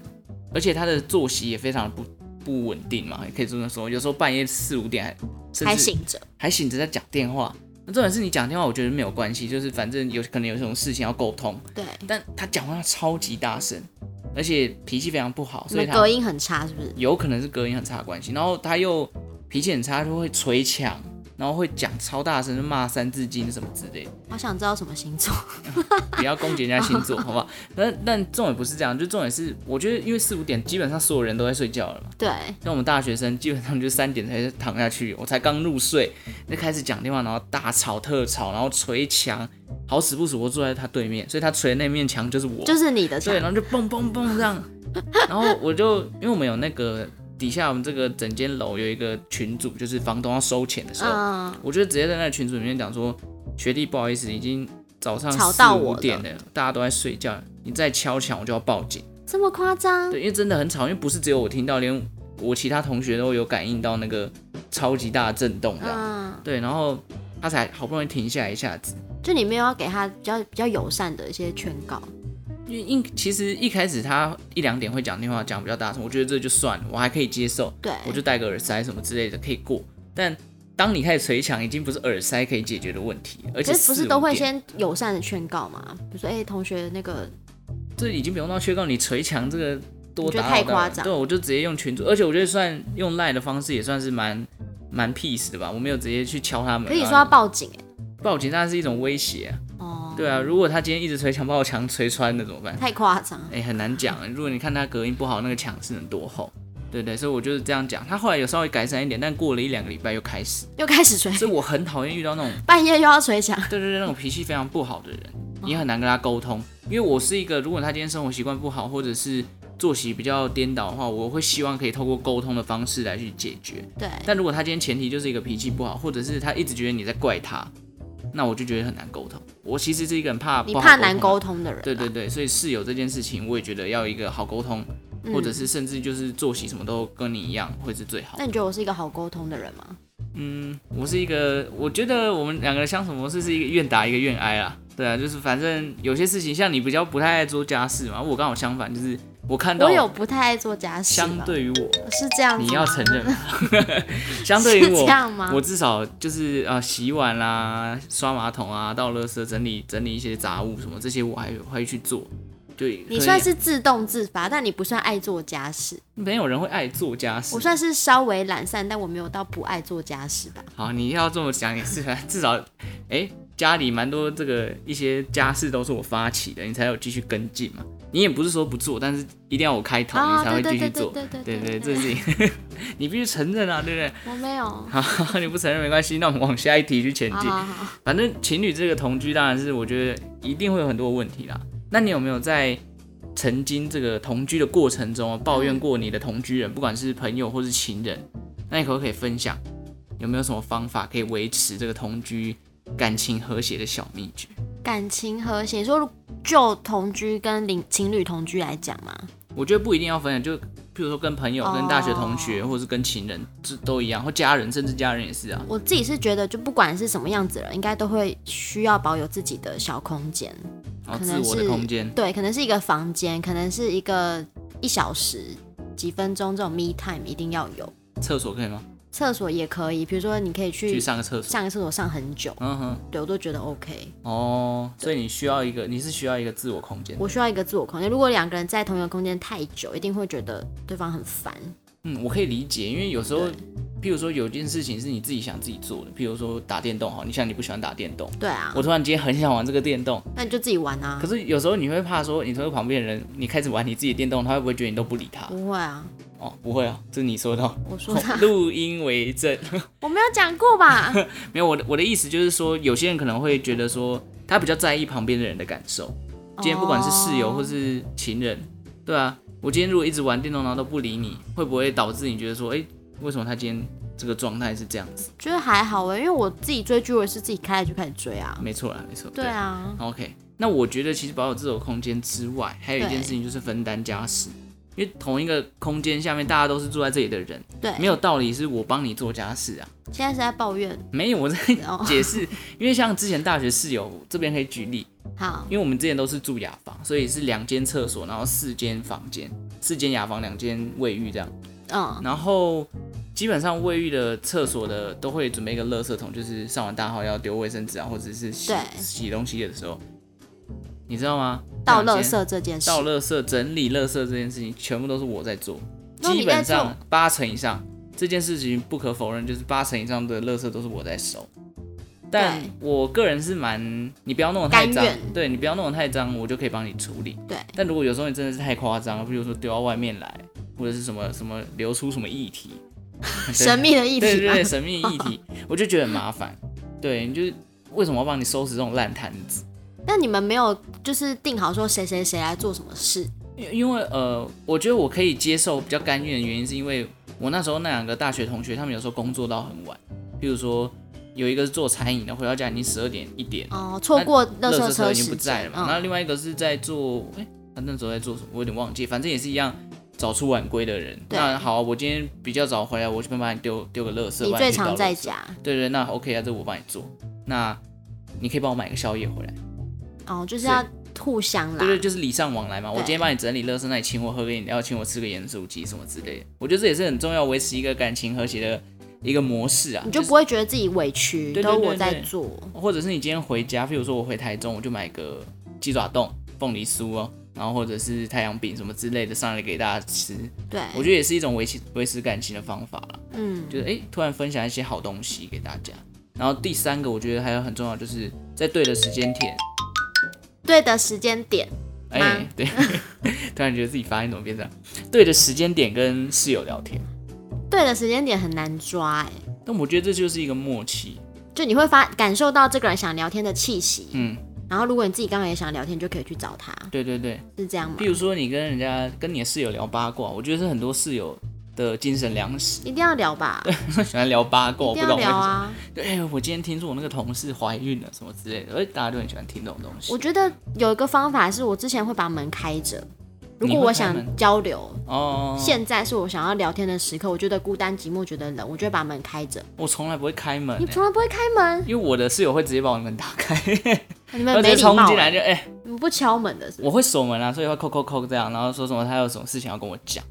S1: 而且他的作息也非常不不稳定嘛，也可以这么说，有时候半夜四五点还甚至
S2: 还醒着，
S1: 还醒着在讲电话。那重点是你讲电话，我觉得没有关系，就是反正有可能有什么事情要沟通，
S2: 对，
S1: 但他讲话超级大声，而且脾气非常不好，
S2: 你
S1: 所以
S2: 们
S1: 他
S2: 隔音很差，是不是？
S1: 有可能是隔音很差的关系。然后他又脾气很差，就会捶墙，然后会讲超大声，就骂三字经什么之类的。
S2: 好想知道什么星座，
S1: 不要攻击人家星座，好不好？但但重点不是这样，就重点是，我觉得因为四五点基本上所有人都在睡觉了嘛，
S2: 对，
S1: 像我们大学生基本上就三点才躺下去，我才刚入睡，就开始讲电话，然后大吵特吵，然后捶墙，好死不死我坐在他对面，所以他捶的那面墙就是我，
S2: 就是你的
S1: 对，
S2: 菜
S1: 然后就蹦蹦蹦这样，然后我就因为我们有那个底下我们这个整间楼有一个群组，就是房东要收钱的时候，
S2: 嗯，
S1: 我就直接在那个群组里面讲说，学弟不好意思，已经早上
S2: 吵到
S1: 4-5
S2: 我了
S1: 点了，大家都在睡觉，你再敲墙我就要报警。
S2: 这么夸张？
S1: 对，因为真的很吵，因为不是只有我听到，连我其他同学都有感应到那个超级大的震动这样。
S2: 嗯，
S1: 对，然后他才好不容易停下来一下子，
S2: 就你没有要给他比较比较友善的一些劝告，
S1: 因为一其实一开始他一两点会讲电话讲比较大声，我觉得这就算了，我还可以接受，
S2: 对，
S1: 我就戴个耳塞什么之类的可以过。但当你开始捶墙，已经不是耳塞可以解决的问题，而且
S2: 可是不是都
S1: 4-5
S2: 会
S1: 点
S2: 先友善的劝告嘛？比如说，哎、同学，那个
S1: 这已经不用到缺告你捶墙这个多
S2: 我觉得
S1: 打
S2: 太
S1: 扰到
S2: 夸
S1: 人
S2: 张
S1: 对，我就直接用群主，而且我觉得算用赖的方式也算是蛮蛮 peace 的吧，我没有直接去敲他们。
S2: 可以
S1: 然
S2: 说
S1: 后
S2: 要报警、哎，
S1: 报警，当然是一种威胁、啊。
S2: 哦，
S1: 对啊，如果他今天一直捶墙，把我墙捶穿了怎么办？
S2: 太夸张，
S1: 哎、很难讲。如果你看他隔音不好，那个墙是能多厚？对对，所以我就是这样讲。他后来有稍微改善一点，但过了一两个礼拜又开始，
S2: 又开始捶，
S1: 所以我很讨厌遇到那种
S2: 半夜又要捶墙，
S1: 对对对，那种脾气非常不好的人，
S2: 哦
S1: 也很难跟他沟通。因为我是一个，如果他今天生活习惯不好，或者是作息比较颠倒的话，我会希望可以透过沟通的方式来去解决。
S2: 对，
S1: 但如果他今天前提就是一个脾气不好，或者是他一直觉得你在怪他，那我就觉得很难沟通。我其实是一个很怕
S2: 你
S1: 不好
S2: 怕难沟
S1: 沟通
S2: 通的人，啊
S1: 的。对对，对，所以室友这件事情，我也觉得要一个好沟通，
S2: 嗯
S1: 或者是甚至就是作息什么都跟你一样，会是最好
S2: 那。你觉得我是一个好沟通的人吗？
S1: 嗯，我是一个，我觉得我们两个的相处模式是一个愿打一个愿挨啦。对啊，就是反正有些事情，像你比较不太爱做家事嘛，我刚好相反，就是我看到
S2: 我有不太爱做家事吗，
S1: 相对于我，
S2: 是这样子吗，
S1: 你要承 认，相对于
S2: 是这
S1: 我，
S2: 样吗？
S1: 我至少就是呃洗碗啦、刷马桶啊、倒垃圾、整理整理一些杂物什么这些，我还会去做。对，
S2: 你
S1: 所以
S2: 算是自动自发，但你不算爱做家事。
S1: 没有人会爱做家事
S2: 我。算是稍微懒散，但我没有到不爱做家事吧。
S1: 好，你要这么讲也是，至少，哎、家里蛮多这个一些家事都是我发起的，你才有继续跟进嘛。你也不是说不做，但是一定要我开头，你才会
S2: 哦对
S1: 继续
S2: 对对
S1: 做。
S2: 对对
S1: 对对，
S2: 对
S1: 这是一个 你必须承认啊，对不对？
S2: 我没有。好
S1: 好， 你不承认没关系，那我们往下一题去前进。
S2: 好好，
S1: 反正情侣这个同居，当然是我觉得一定会有很多问题啦。那你有没有在曾经这个同居的过程中啊抱怨过你的同居人，不管是朋友或是情人？那你可不可以分享有没有什么方法可以维持这个同居感情和谐的小秘诀？
S2: 感情和谐，说就同居跟邻情侣同居来讲嘛，
S1: 我觉得不一定要分享，就譬如说跟朋友、
S2: 哦
S1: 跟大学同学，或者是跟情人，这都一样，或家人，甚至家人也是啊。
S2: 我自己是觉得，就不管是什么样子的人，应该都会需要保有自己的小空间。
S1: 然后
S2: 可
S1: 自
S2: 能
S1: 我的
S2: 是
S1: 空间，
S2: 对，可能是一个房间，可能是一个一小时、几分钟这种 me time 一定要有。
S1: 厕所可以吗？
S2: 厕所也可以，比如说你可以
S1: 去
S2: 去
S1: 上个厕所。
S2: 上个厕所上很久，
S1: 嗯哼，
S2: 对我都觉得 OK。
S1: 哦，所以你需要一个，你是需要一个自我空间。
S2: 我需要一个自我空间。如果两个人在同一个空间太久，一定会觉得对方很烦。
S1: 嗯，我可以理解，因为有时候，譬譬如说有件事情是你自己想自己做的，譬如说打电动哈，你想你不喜欢打电动，
S2: 对啊，
S1: 我突然间很想玩这个电动，
S2: 那你就自己玩啊
S1: 可，是有时候你会怕说，你从旁边的人，你开始玩你自己的电动，他会不会觉得你都不理他？
S2: 不会啊，
S1: 哦，不会啊，这是你说的哦。
S2: 我说的啊
S1: 录音为证，
S2: 我没有讲过吧？
S1: 没有我的我的意思就是说，有些人可能会觉得说，他比较在意旁边的人的感受。今天不管是室友或是情人，对啊，我今天如果一直玩电动，然后都不理你，会不会导致你觉得说，哎、为什么他今天这个状态是这样子？
S2: 觉得还好哎、因为我自己追剧，我也是自己开了就开始追啊。
S1: 没错啦，没错。
S2: 对啊，
S1: OK，那我觉得其实保有自我空间之外，还有一件事情就是分担家事，因为同一个空间下面大家都是住在这里的人，
S2: 对，
S1: 没有道理是我帮你做家事啊。
S2: 现在是在抱怨
S1: 没有，我在
S2: 哦。
S1: 解释，因为像之前大学室友这边可以举例，
S2: 好，
S1: 因为我们之前都是住雅房，所以是两间厕所，然后四间房间，四间雅房，两间卫浴这样。
S2: 嗯，
S1: 然后基本上卫浴的、厕所的都会准备一个垃圾桶，就是上完大号要丢卫生纸啊，或者是洗
S2: 对
S1: 洗东西的时候，你知道吗？
S2: 倒
S1: 两
S2: 垃
S1: 间
S2: 圾这件事，
S1: 倒垃圾、整理垃圾这件事情，全部都是我在做，
S2: 那你
S1: 基本上
S2: 在
S1: 八成以上这件事情不可否认，就是八成以上的垃圾都是我在收。但
S2: 对
S1: 我个人是蛮，你不要弄得太脏
S2: 甘愿，
S1: 对你不要弄得太脏，我就可以帮你处理。
S2: 对
S1: 但如果有时候你真的是太夸张，比如说丢到外面来，或者是什么什么流出什么液体，
S2: 神秘的议
S1: 对
S2: 题啊
S1: 对
S2: 嘛
S1: 对，，神秘议题，我就觉得很麻烦。对，你就是为什么要帮你收拾这种烂摊子？
S2: 那你们没有就是定好说谁谁谁来做什么事？
S1: 因因为呃，我觉得我可以接受比较甘愿的原因，是因为我那时候那两个大学同学，他们有时候工作到很晚，比如说有一个是做餐饮的，回到家已经十二点一点，
S2: 哦，错过垃圾
S1: 圾
S2: 车
S1: 已经不
S2: 时
S1: 在了
S2: 间，
S1: 嘛。然后
S2: 嗯，
S1: 另外一个是在做，哎、他那时候在做什么，我有点忘记，反正也是一样。早出晚归的人，
S2: 对
S1: 那好、啊我今天比较早回来，我去帮你丢丢个垃圾。
S2: 你
S1: 不然
S2: 最
S1: 去倒
S2: 常
S1: 垃
S2: 在
S1: 圾
S2: 家，
S1: 对对，那 OK 啊，这我帮你做。那你可以帮我买个宵夜回来。
S2: 哦，就是要互相啦
S1: 对，对，就是礼尚往来嘛。我
S2: 对
S1: 今天帮你整理垃圾，那你请我喝个饮料，请我吃个盐酥鸡什么之类的。我觉得这也是很重要，维持一个感情和谐的一个模式啊。
S2: 你就是不会觉得自己委屈，
S1: 对对
S2: 都
S1: 对
S2: 我在
S1: 对
S2: 做，
S1: 或者是你今天回家，譬如说我回台中，我就买个鸡爪冻、凤梨酥哦，然后或者是太阳饼什么之类的上来给大家吃。
S2: 对，
S1: 我觉得也是一种维持维持感情的方法啦。
S2: 嗯，
S1: 就是哎、诶突然分享一些好东西给大家。然后第三个，我觉得还有很重要，就是在对的时间点，
S2: 对的时间点，
S1: 哎、
S2: 吗
S1: 对， 突然觉得自己发音怎么变这样？对的时间点跟室友聊天，
S2: 对的时间点很难抓，哎，
S1: 但我觉得这就是一个默契。
S2: 就你会发感受到这个人想聊天的气息，
S1: 嗯，
S2: 然后如果你自己刚刚也想聊天，你就可以去找他，
S1: 对对对，
S2: 是这样吗
S1: 譬？如说你跟人家跟你的室友聊八卦，我觉得是很多室友的精神粮食，
S2: 一定要聊吧，
S1: 喜欢聊八卦，我
S2: 一
S1: 不
S2: 定
S1: 懂
S2: 要
S1: 为
S2: 聊
S1: 什么。
S2: 啊！
S1: 对，哎我今天听说我那个同事怀孕了什么之类的，而哎大家都很喜欢听这种东西
S2: 我。觉得有一个方法是我之前会把门开着，如
S1: 你
S2: 果
S1: 会
S2: 我
S1: 开
S2: 想
S1: 门
S2: 交流，
S1: 哦，
S2: 现在是我想要聊天的时刻，我觉得孤单寂寞，觉得冷，我就会把门开着。
S1: 我从来不会开门、
S2: 你
S1: 哎
S2: 从来不会开门，
S1: 因为我的室友会直接把我的门打开，
S2: 你
S1: 然后直
S2: 们没
S1: 接
S2: 礼
S1: 冲
S2: 貌
S1: 进来
S2: 欸，
S1: 就哎、
S2: 你们不敲门的是不
S1: 我会锁门啊，所以会扣扣扣这样，然后说什么他有什么事情要跟我 讲。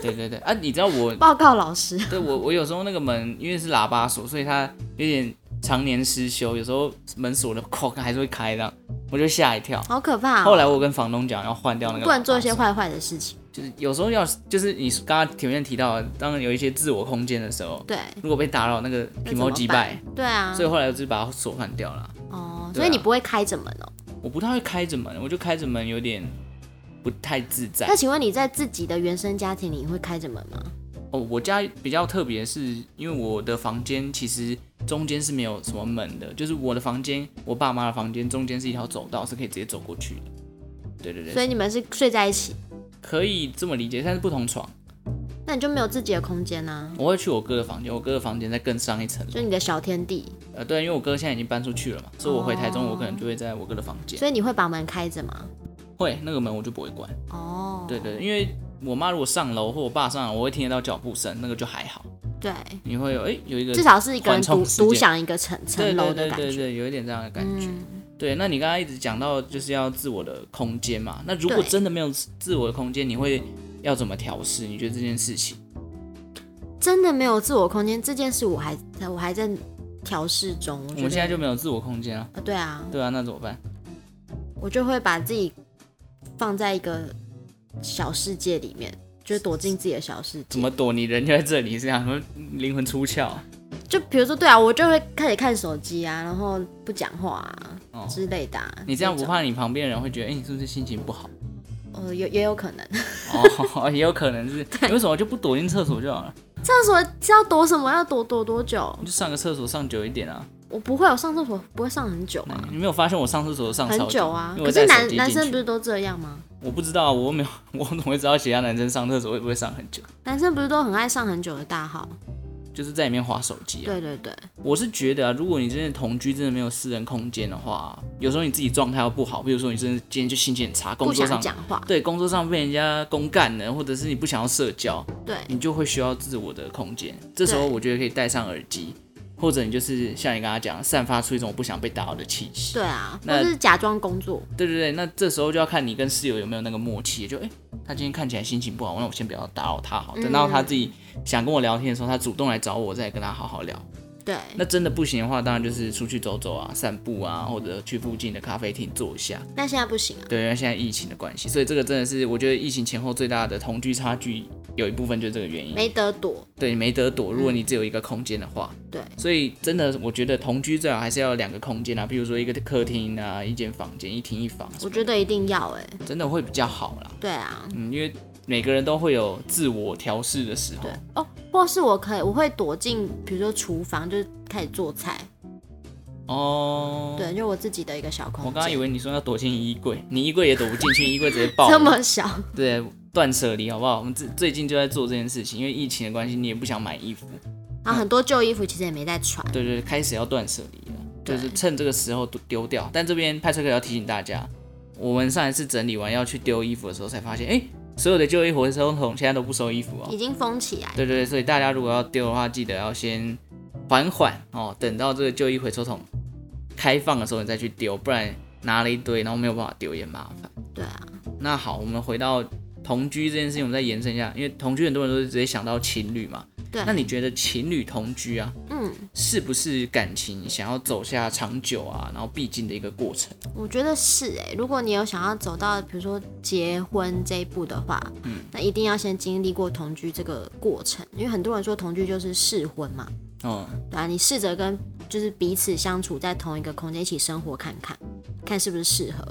S1: 对对对啊，你知道我
S2: 是？报告老师，
S1: 对我我有时候那个门因为是喇叭锁，所以它有点常年失修，有时候门锁的扣还是会开这样，我就吓一跳。
S2: 好可怕哦、
S1: 后来我跟房东讲要换掉那个，
S2: 不能做一些，坏坏的事情。
S1: 就是有时候要就是你刚刚前面提到的，当有一些自我空间的时候，
S2: 对，
S1: 如果被打扰，那个
S2: 那
S1: 皮
S2: 怎
S1: 毛
S2: 么
S1: 击败
S2: 办，？对啊
S1: 所，以后来我就把锁换掉了。
S2: 哦，
S1: 对
S2: 所以你
S1: 啊
S2: 不会开着门哦。
S1: 我不太会开着门，我就开着门有点不太自在
S2: 那。请问你在自己的原生家庭里会开着门吗？
S1: 哦，我家比较特别，是因为我的房间其实中间是没有什么门的，就是我的房间，我爸妈的房间中间是一条走道，是可以直接走过去的。对对
S2: 所
S1: 对，
S2: 以你们是睡在一起，
S1: 可以这么理解，但是不同床。
S2: 那你就没有自己的空间呢、
S1: 我会去我哥的房间，我哥的房间再更上一层
S2: 啊，。就你的小天地。
S1: 呃，对，因为我哥现在已经搬出去了嘛，所以我回台中，
S2: 哦
S1: 我可能就会在我哥的房间。
S2: 所以你会把门开着吗？
S1: 会那个门我就不会关。
S2: 哦，
S1: 对对，因为我妈如果上楼或我爸上楼，我会听得到脚步声，那个就还好。
S2: 对，
S1: 你会有哎、有一个
S2: 至少是一个人
S1: 缓冲
S2: 独
S1: 时间
S2: 独享一个层层楼的感
S1: 对对对对
S2: 觉。
S1: 对，有一点这样的感觉。
S2: 嗯，
S1: 对，那你刚刚一直讲到就是要自我的空间嘛，那如果
S2: 对
S1: 真的没有自自我的空间，你会要怎么调试？你觉得这件事情？
S2: 真的没有自我空间这件事，我还我还在调试中。我
S1: 我
S2: 觉
S1: 们
S2: 得
S1: 现在就没有自我空间啊，
S2: 呃对啊，
S1: 对啊，那怎么办？
S2: 我就会把自己放在一个小世界里面，就躲进自己的小世界。
S1: 怎么躲？你人就在这里，这样什么灵魂出窍？
S2: 就比如说，对啊，我就会开始看手机啊，然后不讲话啊、
S1: 哦
S2: 之类的、啊。
S1: 你这样不
S2: 种？
S1: 怕你旁边的人会觉得，哎、你是不是心情不好？
S2: 呃，有也有可能。
S1: 哦， 也有可能是。你为什么就不躲进厕所就好了？
S2: 厕所是要躲什么？要躲躲多久？
S1: 你就上个厕所上久一点啊。哎
S2: 我不会，我上厕所不会上很久啊，
S1: 你没有发现我上厕所都嗯上超
S2: 很久啊。
S1: 因为我
S2: 可是
S1: 带手
S2: 男
S1: 机
S2: 男
S1: 进
S2: 生
S1: 去
S2: 不是都这样吗？
S1: 我不知道，我没有，我怎么会知道其他男生上厕所会不会上很久？
S2: 男生不是都很爱上很久的大号？
S1: 就是在里面划手机啊。
S2: 对对对，
S1: 我是觉得啊，如果你真的同居，真的没有私人空间的话，啊有时候你自己状态又不好，比如说你真的今天就心情很差，工
S2: 不
S1: 作
S2: 想
S1: 上
S2: 讲话。
S1: 对工作上被人家公干了，或者是你不想要社交，
S2: 对，
S1: 你就会需要自我的空间。这时候
S2: 对
S1: 我觉得可以戴上耳机，或者你就是像你刚刚讲，散发出一种不想被打扰的气息。
S2: 对啊，或
S1: 那
S2: 是假装工作。
S1: 对对对，那这时候就要看你跟室友有没有那个默契，就哎、诶他今天看起来心情不好，那我先不要打扰他好，
S2: 嗯
S1: 等到他自己想跟我聊天的时候，他主动来找我，再跟他好好聊。
S2: 对，
S1: 那真的不行的话，当然就是出去走走啊，散步啊，或者去附近的咖啡厅坐一下。
S2: 但现在不行啊。
S1: 对，因为现在疫情的关系，所以这个真的是我觉得疫情前后最大的同居差距，有一部分就是这个原因。
S2: 没得躲。
S1: 对，你没得躲，如果你只有一个空间的话，
S2: 对，
S1: 所以真的我觉得同居最好还是要有两个空间啊，比如说一个客厅啊，一间房间，一厅一房，
S2: 我觉得一定要哎、
S1: 真的会比较好啦。
S2: 对啊，
S1: 嗯，因为每个人都会有自我调试的时候
S2: 对。哦，或是我可以，我会躲进，比如说厨房，就是开始做菜，
S1: 哦，
S2: 对，就我自己的一个小空
S1: 我
S2: 间。
S1: 刚刚以为你说要躲进衣柜，你衣柜也躲不进去，衣柜直接爆了。 嗯
S2: 这么小，
S1: 对，断舍离好不好？我们最最近就在做这件事情，因为疫情的关系，你也不想买衣服，
S2: 然后很多旧衣服其实也没在穿。
S1: 对对，对开始要断舍离了，
S2: 对
S1: 就是趁这个时候丢丢掉。但这边派车哥要提醒大家，我们上一次整理完要去丢衣服的时候，才发现，哎，所有的旧衣回收桶现在都不收衣服哦
S2: 已。经封起来，
S1: 对对对，所以大家如果要丢的话，记得要先缓缓哦，等到这个旧衣回收桶开放的时候你再去丢，不然拿了一堆然后没有办法丢也麻烦。
S2: 对啊，
S1: 那好，我们回到同居这件事情，我们再延伸一下，因为同居很多人都是直接想到情侣嘛。
S2: 对
S1: 那你觉得情侣同居啊，
S2: 嗯，
S1: 是不是感情想要走下长久啊，然后必经的一个过程？
S2: 我觉得是哎、如果你有想要走到比如说结婚这一步的话，
S1: 嗯
S2: 那一定要先经历过同居这个过程，因为很多人说同居就是试婚嘛，
S1: 嗯，
S2: 对啊，你试着跟就是彼此相处在同一个空间一起生活看看，看是不是适合。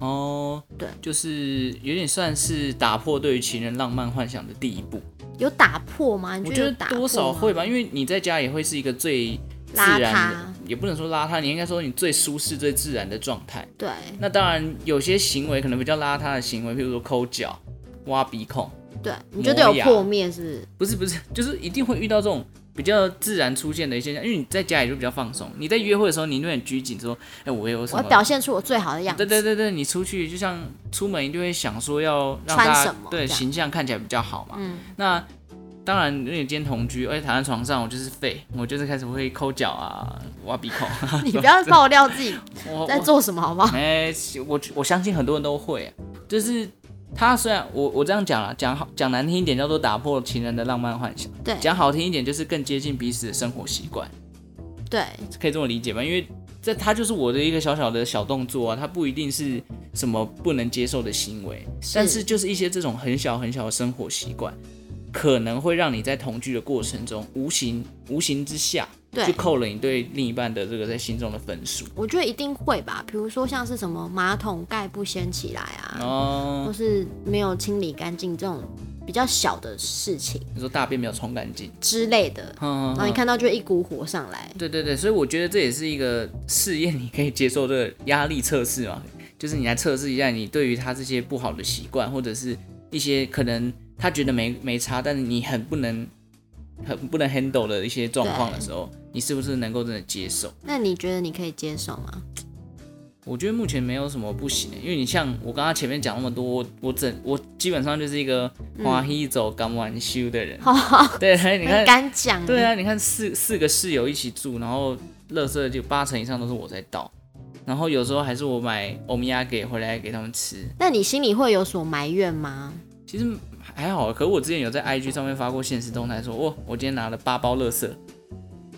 S1: 哦，
S2: 对
S1: 就是有点算是打破对于情人浪漫幻想的第一步。
S2: 有打破吗？你
S1: 我
S2: 觉
S1: 觉
S2: 得
S1: 得
S2: 有打破吗
S1: 多少会吧，因为你在家也会是一个最自然的
S2: 邋遢，
S1: 也不能说邋遢，你应该说你最舒适、最自然的状态。
S2: 对
S1: 那当然，有些行为可能比较邋遢的行为，譬如说抠脚、挖鼻孔，
S2: 对，你觉得有
S1: 磨牙
S2: 破灭是不是？
S1: 不是不是，就是一定会遇到这种比较自然出现的一些现象，因为你在家里就比较放松，你在约会的时候，你永远拘谨，说，哎、我有什
S2: 我要
S1: 么？
S2: 表现出我最好的样子。
S1: 对对对对，你出去就像出门，一定会想说要让
S2: 穿
S1: 大
S2: 什
S1: 家
S2: 么
S1: 对
S2: 这样
S1: 形象看起来比较好嘛。
S2: 嗯，
S1: 那当然，因为你今天同居，而且躺在床上，我就是废，我就是开始会抠脚啊，挖鼻孔。
S2: 你不要爆料自己
S1: 我
S2: 在做什么好不好？
S1: 哎、我我相信很多人都会，就是他虽然我我这样讲了，讲好讲难听一点叫做打破情人的浪漫幻想，
S2: 对
S1: 讲好听一点就是更接近彼此的生活习惯，
S2: 对
S1: 可以这么理解吧？因为这他就是我的一个小小的小动作啊，他不一定是什么不能接受的行为，但是就是一些这种很小很小的生活习惯，可能会让你在同居的过程中，无形无形之下
S2: 对
S1: 就扣了你对另一半的这个在心中的分数
S2: 我觉得一定会吧。比如说像是什么马桶盖不掀起来啊，
S1: 哦。
S2: 或是没有清理干净这种比较小的事情
S1: 你说大便没有冲干净，
S2: 之类的，
S1: 嗯
S2: 然后你看到就一股火上来。
S1: 对对对，所以我觉得这也是一个试验，你可以接受这个压力测试嘛，就是你来测试一下你对于他这些不好的习惯，或者是一些可能他觉得没没差，但是你很不能很不能 handle 的一些状况的时候，你是不是能够真的接受？
S2: 那你觉得你可以接受吗？
S1: 我觉得目前没有什么不行的，欸因为你像我刚刚前面讲那么多，我我整我基本上就是一个花一走敢玩修的人，对， 你看
S2: 很敢讲，
S1: 对，啊，你看四四个室友一起住，然后垃圾就八成以上都是我在倒，然后有时候还是我买欧米亚给回来给他们吃。
S2: 那你心里会有所埋怨吗？
S1: 其实还好，啊可我之前有在 IG 上面发过现实动态说，哦，我今天拿了八包垃圾，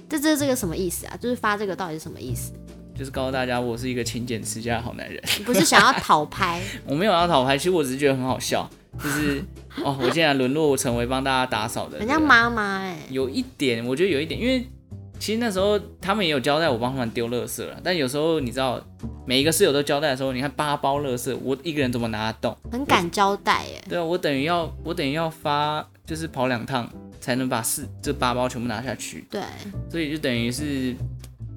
S2: 这这这个什么意思啊？就是发这个到底是什么意思？
S1: 就是告诉大家我是一个勤俭持家的好男人。
S2: 你不是想要讨拍？
S1: 我没有要讨牌，其实我只是觉得很好笑，就是哦，我竟然沦落成为帮大家打扫的
S2: 很
S1: 人，
S2: 像妈妈哎，
S1: 有一点，我觉得有一点，因为其实那时候他们也有交代我帮他们丢垃圾了，但有时候你知道，每一个室友都交代的时候，你看八包垃圾，我一个人怎么拿得动？
S2: 很敢交代哎。
S1: 对啊，我等于要 我等于要发就是跑两趟才能把四这八包全部拿下去，
S2: 对，
S1: 所以就等于是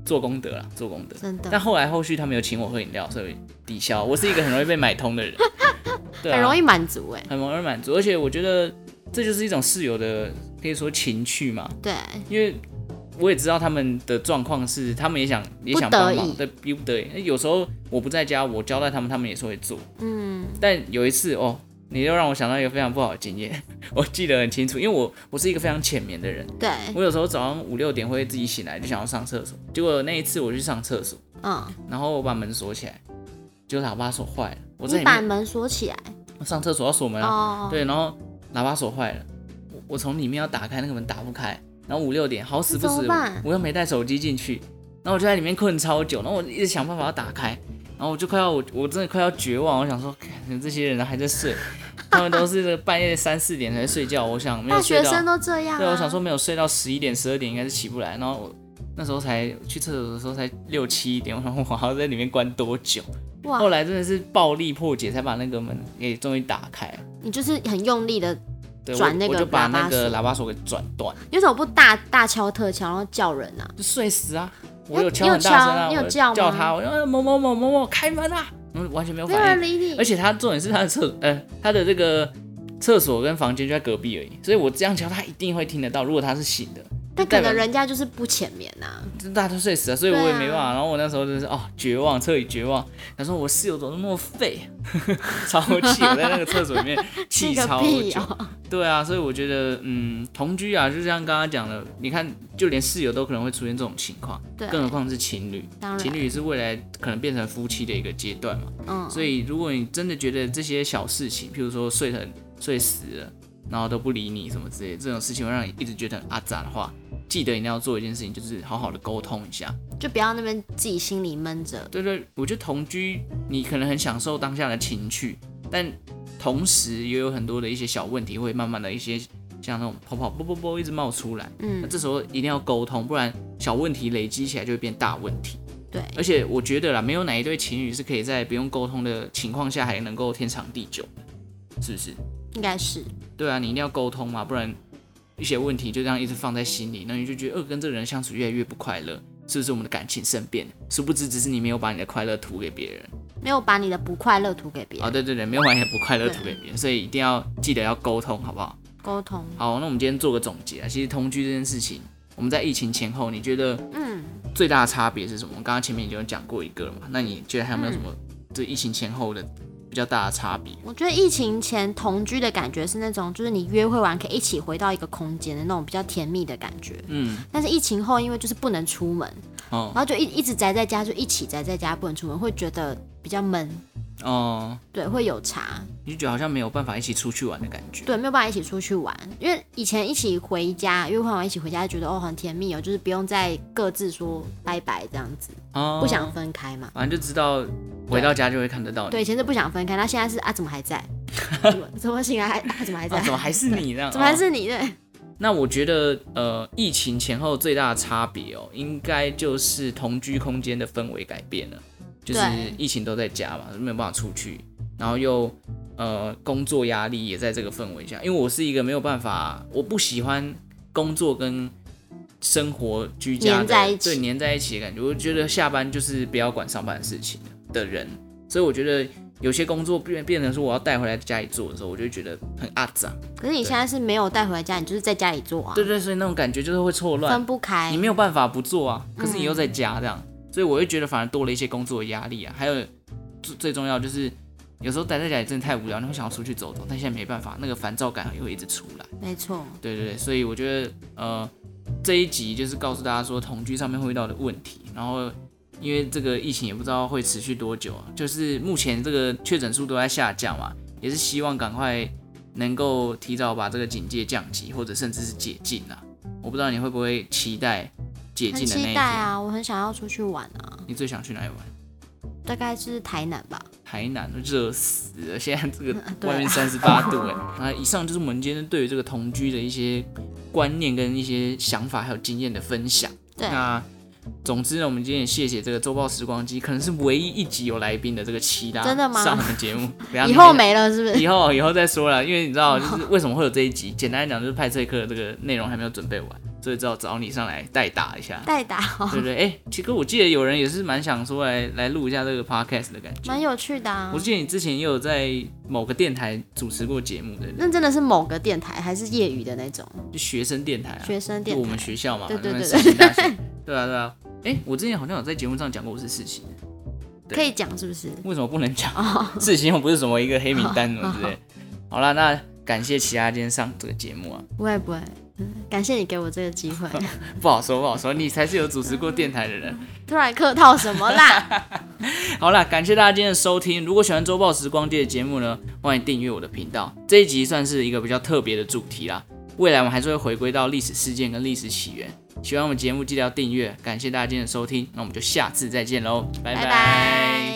S1: 做功德了，做功德。
S2: 真的
S1: 但啊后来后续他们有请我喝饮料，所以抵消。我是一个很容易被买通的人，对啊、
S2: 很容易满足哎。
S1: 很容易满足，而且我觉得这就是一种室友的可以说情趣嘛，
S2: 对，
S1: 因为我也知道他们的状况是，他们也想也想
S2: 不得
S1: 帮
S2: 已
S1: 忙，对，逼不得已。那有时候我不在家，我交代他们，他们也是会做。
S2: 嗯，
S1: 但有一次哦，你又让我想到一个非常不好的经验， 我记得很清楚，因为我我是一个非常浅眠的人，
S2: 对，
S1: 我有时候早上五六点会自己醒来就想要上厕所，结果那一次我去上厕所，
S2: 嗯，
S1: 然后我把门锁起来，结果喇叭锁坏了，我在
S2: 你
S1: 里
S2: 把
S1: 面
S2: 门锁起来
S1: 我上厕所要锁门啊，
S2: 哦。
S1: 对，然后喇叭锁坏了，我我从里面要打开那个门打不开，然后五六点好死不
S2: 那怎
S1: 死
S2: 么办
S1: 我我又没带手机进去，然后我就在里面困超久，然后我一直想办法要打开，然后我就快要我我真的快要绝望，我想说，看你们这些人还在睡，他们都是这个半夜三四点才睡觉，我想没
S2: 大
S1: 有睡
S2: 学
S1: 到
S2: 生，都这样、啊。
S1: 对，我想说没有睡到十一点十二点应该是起不来，然后我那时候才去厕所的时候才六七点，我想我还要在里面关多久？
S2: 哇
S1: 后，来真的是暴力破解才把那个门给终于打开。
S2: 你就是很用力的，
S1: 对
S2: 转
S1: 我
S2: 那个
S1: 我就把
S2: 喇叭
S1: 那个喇叭锁给转断，
S2: 你为什么不大大敲特敲，然后叫人啊？
S1: 就睡死啊！
S2: 有
S1: 我有敲很大声啊，
S2: 你有敲你有
S1: 我叫
S2: 叫吗
S1: 他，我说哎某某某某某开门啊，嗯，完全没有
S2: 没有人
S1: 反应。
S2: 理你，
S1: 而且他重点是他的厕，呃，他的这个厕所跟房间就在隔壁而已，所以我这样敲他一定会听得到。如果他是醒的，
S2: 但可
S1: 代表
S2: 能人家就是不浅眠呐、啊。
S1: 就大家都睡死了，所以我
S2: 对啊
S1: 也没办法。然后我那时候就是哦，绝望，彻底绝望。想说我室友怎么那么废， 超气！我在那个厕所里面气
S2: 气个
S1: 超
S2: 屁
S1: 久。
S2: 哦！
S1: 对啊，所以我觉得，嗯，同居啊，就像刚刚讲的，你看，就连室友都可能会出现这种情况，
S2: 对，
S1: 更何况是情侣。
S2: 当然
S1: 情侣是未来可能变成夫妻的一个阶段嘛，
S2: 嗯，
S1: 所以如果你真的觉得这些小事情，譬如说睡很睡死了，然后都不理你什么之类的，这种事情会让你一直觉得很阿杂的话，记得一定要做一件事情，就是好好的沟通一下。
S2: 就不要那边自己心里闷着。
S1: 对对，我觉得同居你可能很享受当下的情趣，但同时也有很多的一些小问题会慢慢的一些像那种泡泡啵啵啵一直冒出来。那
S2: 嗯，
S1: 这时候一定要沟通，不然小问题累积起来就会变大问题。
S2: 对，
S1: 而且我觉得啦，没有哪一对情侣是可以在不用沟通的情况下还能够天长地久的，是不是？
S2: 应该是
S1: 对啊，你一定要沟通嘛，不然一些问题就这样一直放在心里，那你就觉得，呃，跟这个人相处越来越不快乐，是不是我们的感情生变了？殊不知，只是你没有把你的快乐吐给别人
S2: 没有把你的不快乐吐给别
S1: 啊、
S2: 人，
S1: 对对对，没有把你的不快乐吐给别人，所以一定要记得要沟通，好不好？
S2: 沟通。
S1: 好，那我们今天做个总结啊，其实同居这件事情，我们在疫情前后，你觉得
S2: 嗯，
S1: 最大的差别是什么？我刚刚前面已经有讲过一个了嘛，那你觉得还有没有什么
S2: 嗯
S1: 这疫情前后的比较大的差别？
S2: 我觉得疫情前同居的感觉是那种，就是你约会完可以一起回到一个空间的那种比较甜蜜的感觉。
S1: 嗯，
S2: 但是疫情后，因为就是不能出门，
S1: 哦
S2: 然后就一一直宅在家，就一起宅在家，不能出门，会觉得比较闷，
S1: 哦，
S2: 对，会有差，
S1: 你就觉得好像没有办法一起出去玩的感觉。
S2: 对，没有办法一起出去玩，因为以前一起回家，约会完一起回家，就觉得哦很甜蜜哦，就是不用再各自说拜拜这样子，
S1: 哦，
S2: 不想分开嘛。
S1: 反正就知道回到家就会看得到你。
S2: 对，以前是不想分开，那现在是啊怎么还 在？怎么怎么醒来还、啊、怎么还在？
S1: 啊，怎么还是你这样？
S2: 怎么还
S1: 哦、
S2: 是你对？
S1: 那我觉得，呃，疫情前后最大的差别哦，应该就是同居空间的氛围改变了，就是
S2: 对
S1: 疫情都在家嘛，没有办法出去，然后又呃工作压力也在这个氛围下，因为我是一个没有办法，我不喜欢工作跟生活居家的
S2: 黏在一起
S1: 对黏在一起的感觉，我觉得下班就是不要管上班的事情的人，所以我觉得有些工作变变成说我要带回来家里做的时候，我就会觉得很阿杂。
S2: 可是你现在是没有带回来家，你就是在家里做啊，
S1: 对对，所以那种感觉就是会错乱
S2: 分，不开
S1: 你。没有办法不做啊，可是你又在家这样，所以我会觉得反而多了一些工作的压力啊。还有最最重要就是，有时候待在家里真的太无聊，你会想要出去走走，但现在没办法，那个烦躁感也会一直出来。
S2: 没错，
S1: 对对对，所以我觉得呃这一集就是告诉大家说同居上面会遇到的问题，然后因为这个疫情也不知道会持续多久啊，就是目前这个确诊数都在下降嘛，也是希望赶快能够提早把这个警戒降级，或者甚至是解禁啊。我不知道你会不会期待解禁
S2: 很
S1: 的那一
S2: 期
S1: 天？
S2: 待啊，我很想要出去玩啊，
S1: 你最想去哪里玩？
S2: 大概是台南吧。
S1: 台南都热死了，现在这个
S2: 对啊
S1: 外面三十八度哎。那以上就是我们今天对于这个同居的一些观念跟一些想法还有经验的分享。
S2: 对
S1: 那总之呢，我们今天也谢谢这个周报时光机，可能是唯一一集有来宾的这个期待
S2: 真的吗
S1: 上我们节 目，等一下
S2: 以后没了是不 是？
S1: 以后以后再说了，因为你知道，就是为什么会有这一集？简单来讲，就是派这一课这个内容还没有准备完，所以只好找你上来代打一下，
S2: 代打 哦，
S1: 对不对？哎、其实我记得有人也是蛮想说来来录一下这个 podcast 的感觉。
S2: 蛮有趣的啊
S1: 我。记得你之前也有在某个电台主持过节目的，
S2: 那真的是某个电台，还是业余的那种
S1: 就学生电台啊，
S2: 学生
S1: 就
S2: 电
S1: 我
S2: 台？
S1: 们学校嘛，
S2: 对对
S1: 那
S2: 对
S1: 边
S2: 对
S1: 世新大学，对啊对啊。哎、我之前好像有在节目上讲过我是世新的，对
S2: 可以讲是不是？
S1: 为什么不能讲？
S2: 哦
S1: 世新又不是什么一个黑名单什么之类的。好啦，那感谢其他今天上这个节目啊。
S2: 不会不会，嗯感谢你给我这个 机会。
S1: 不好说，不好说，你才是有主持过电台的人。
S2: 突然客套什 么啦？
S1: 好啦，感谢大家今天的收听。如果喜欢周报时光机的节目呢，欢迎订阅我的频道。这一集算是一个比较特别的主题啦，未来我们还是会回归到历史事件跟历史起源。喜欢我们节目，记得要订阅。感谢大家今天的收听，那我们就下次再见喽，拜
S2: 拜拜。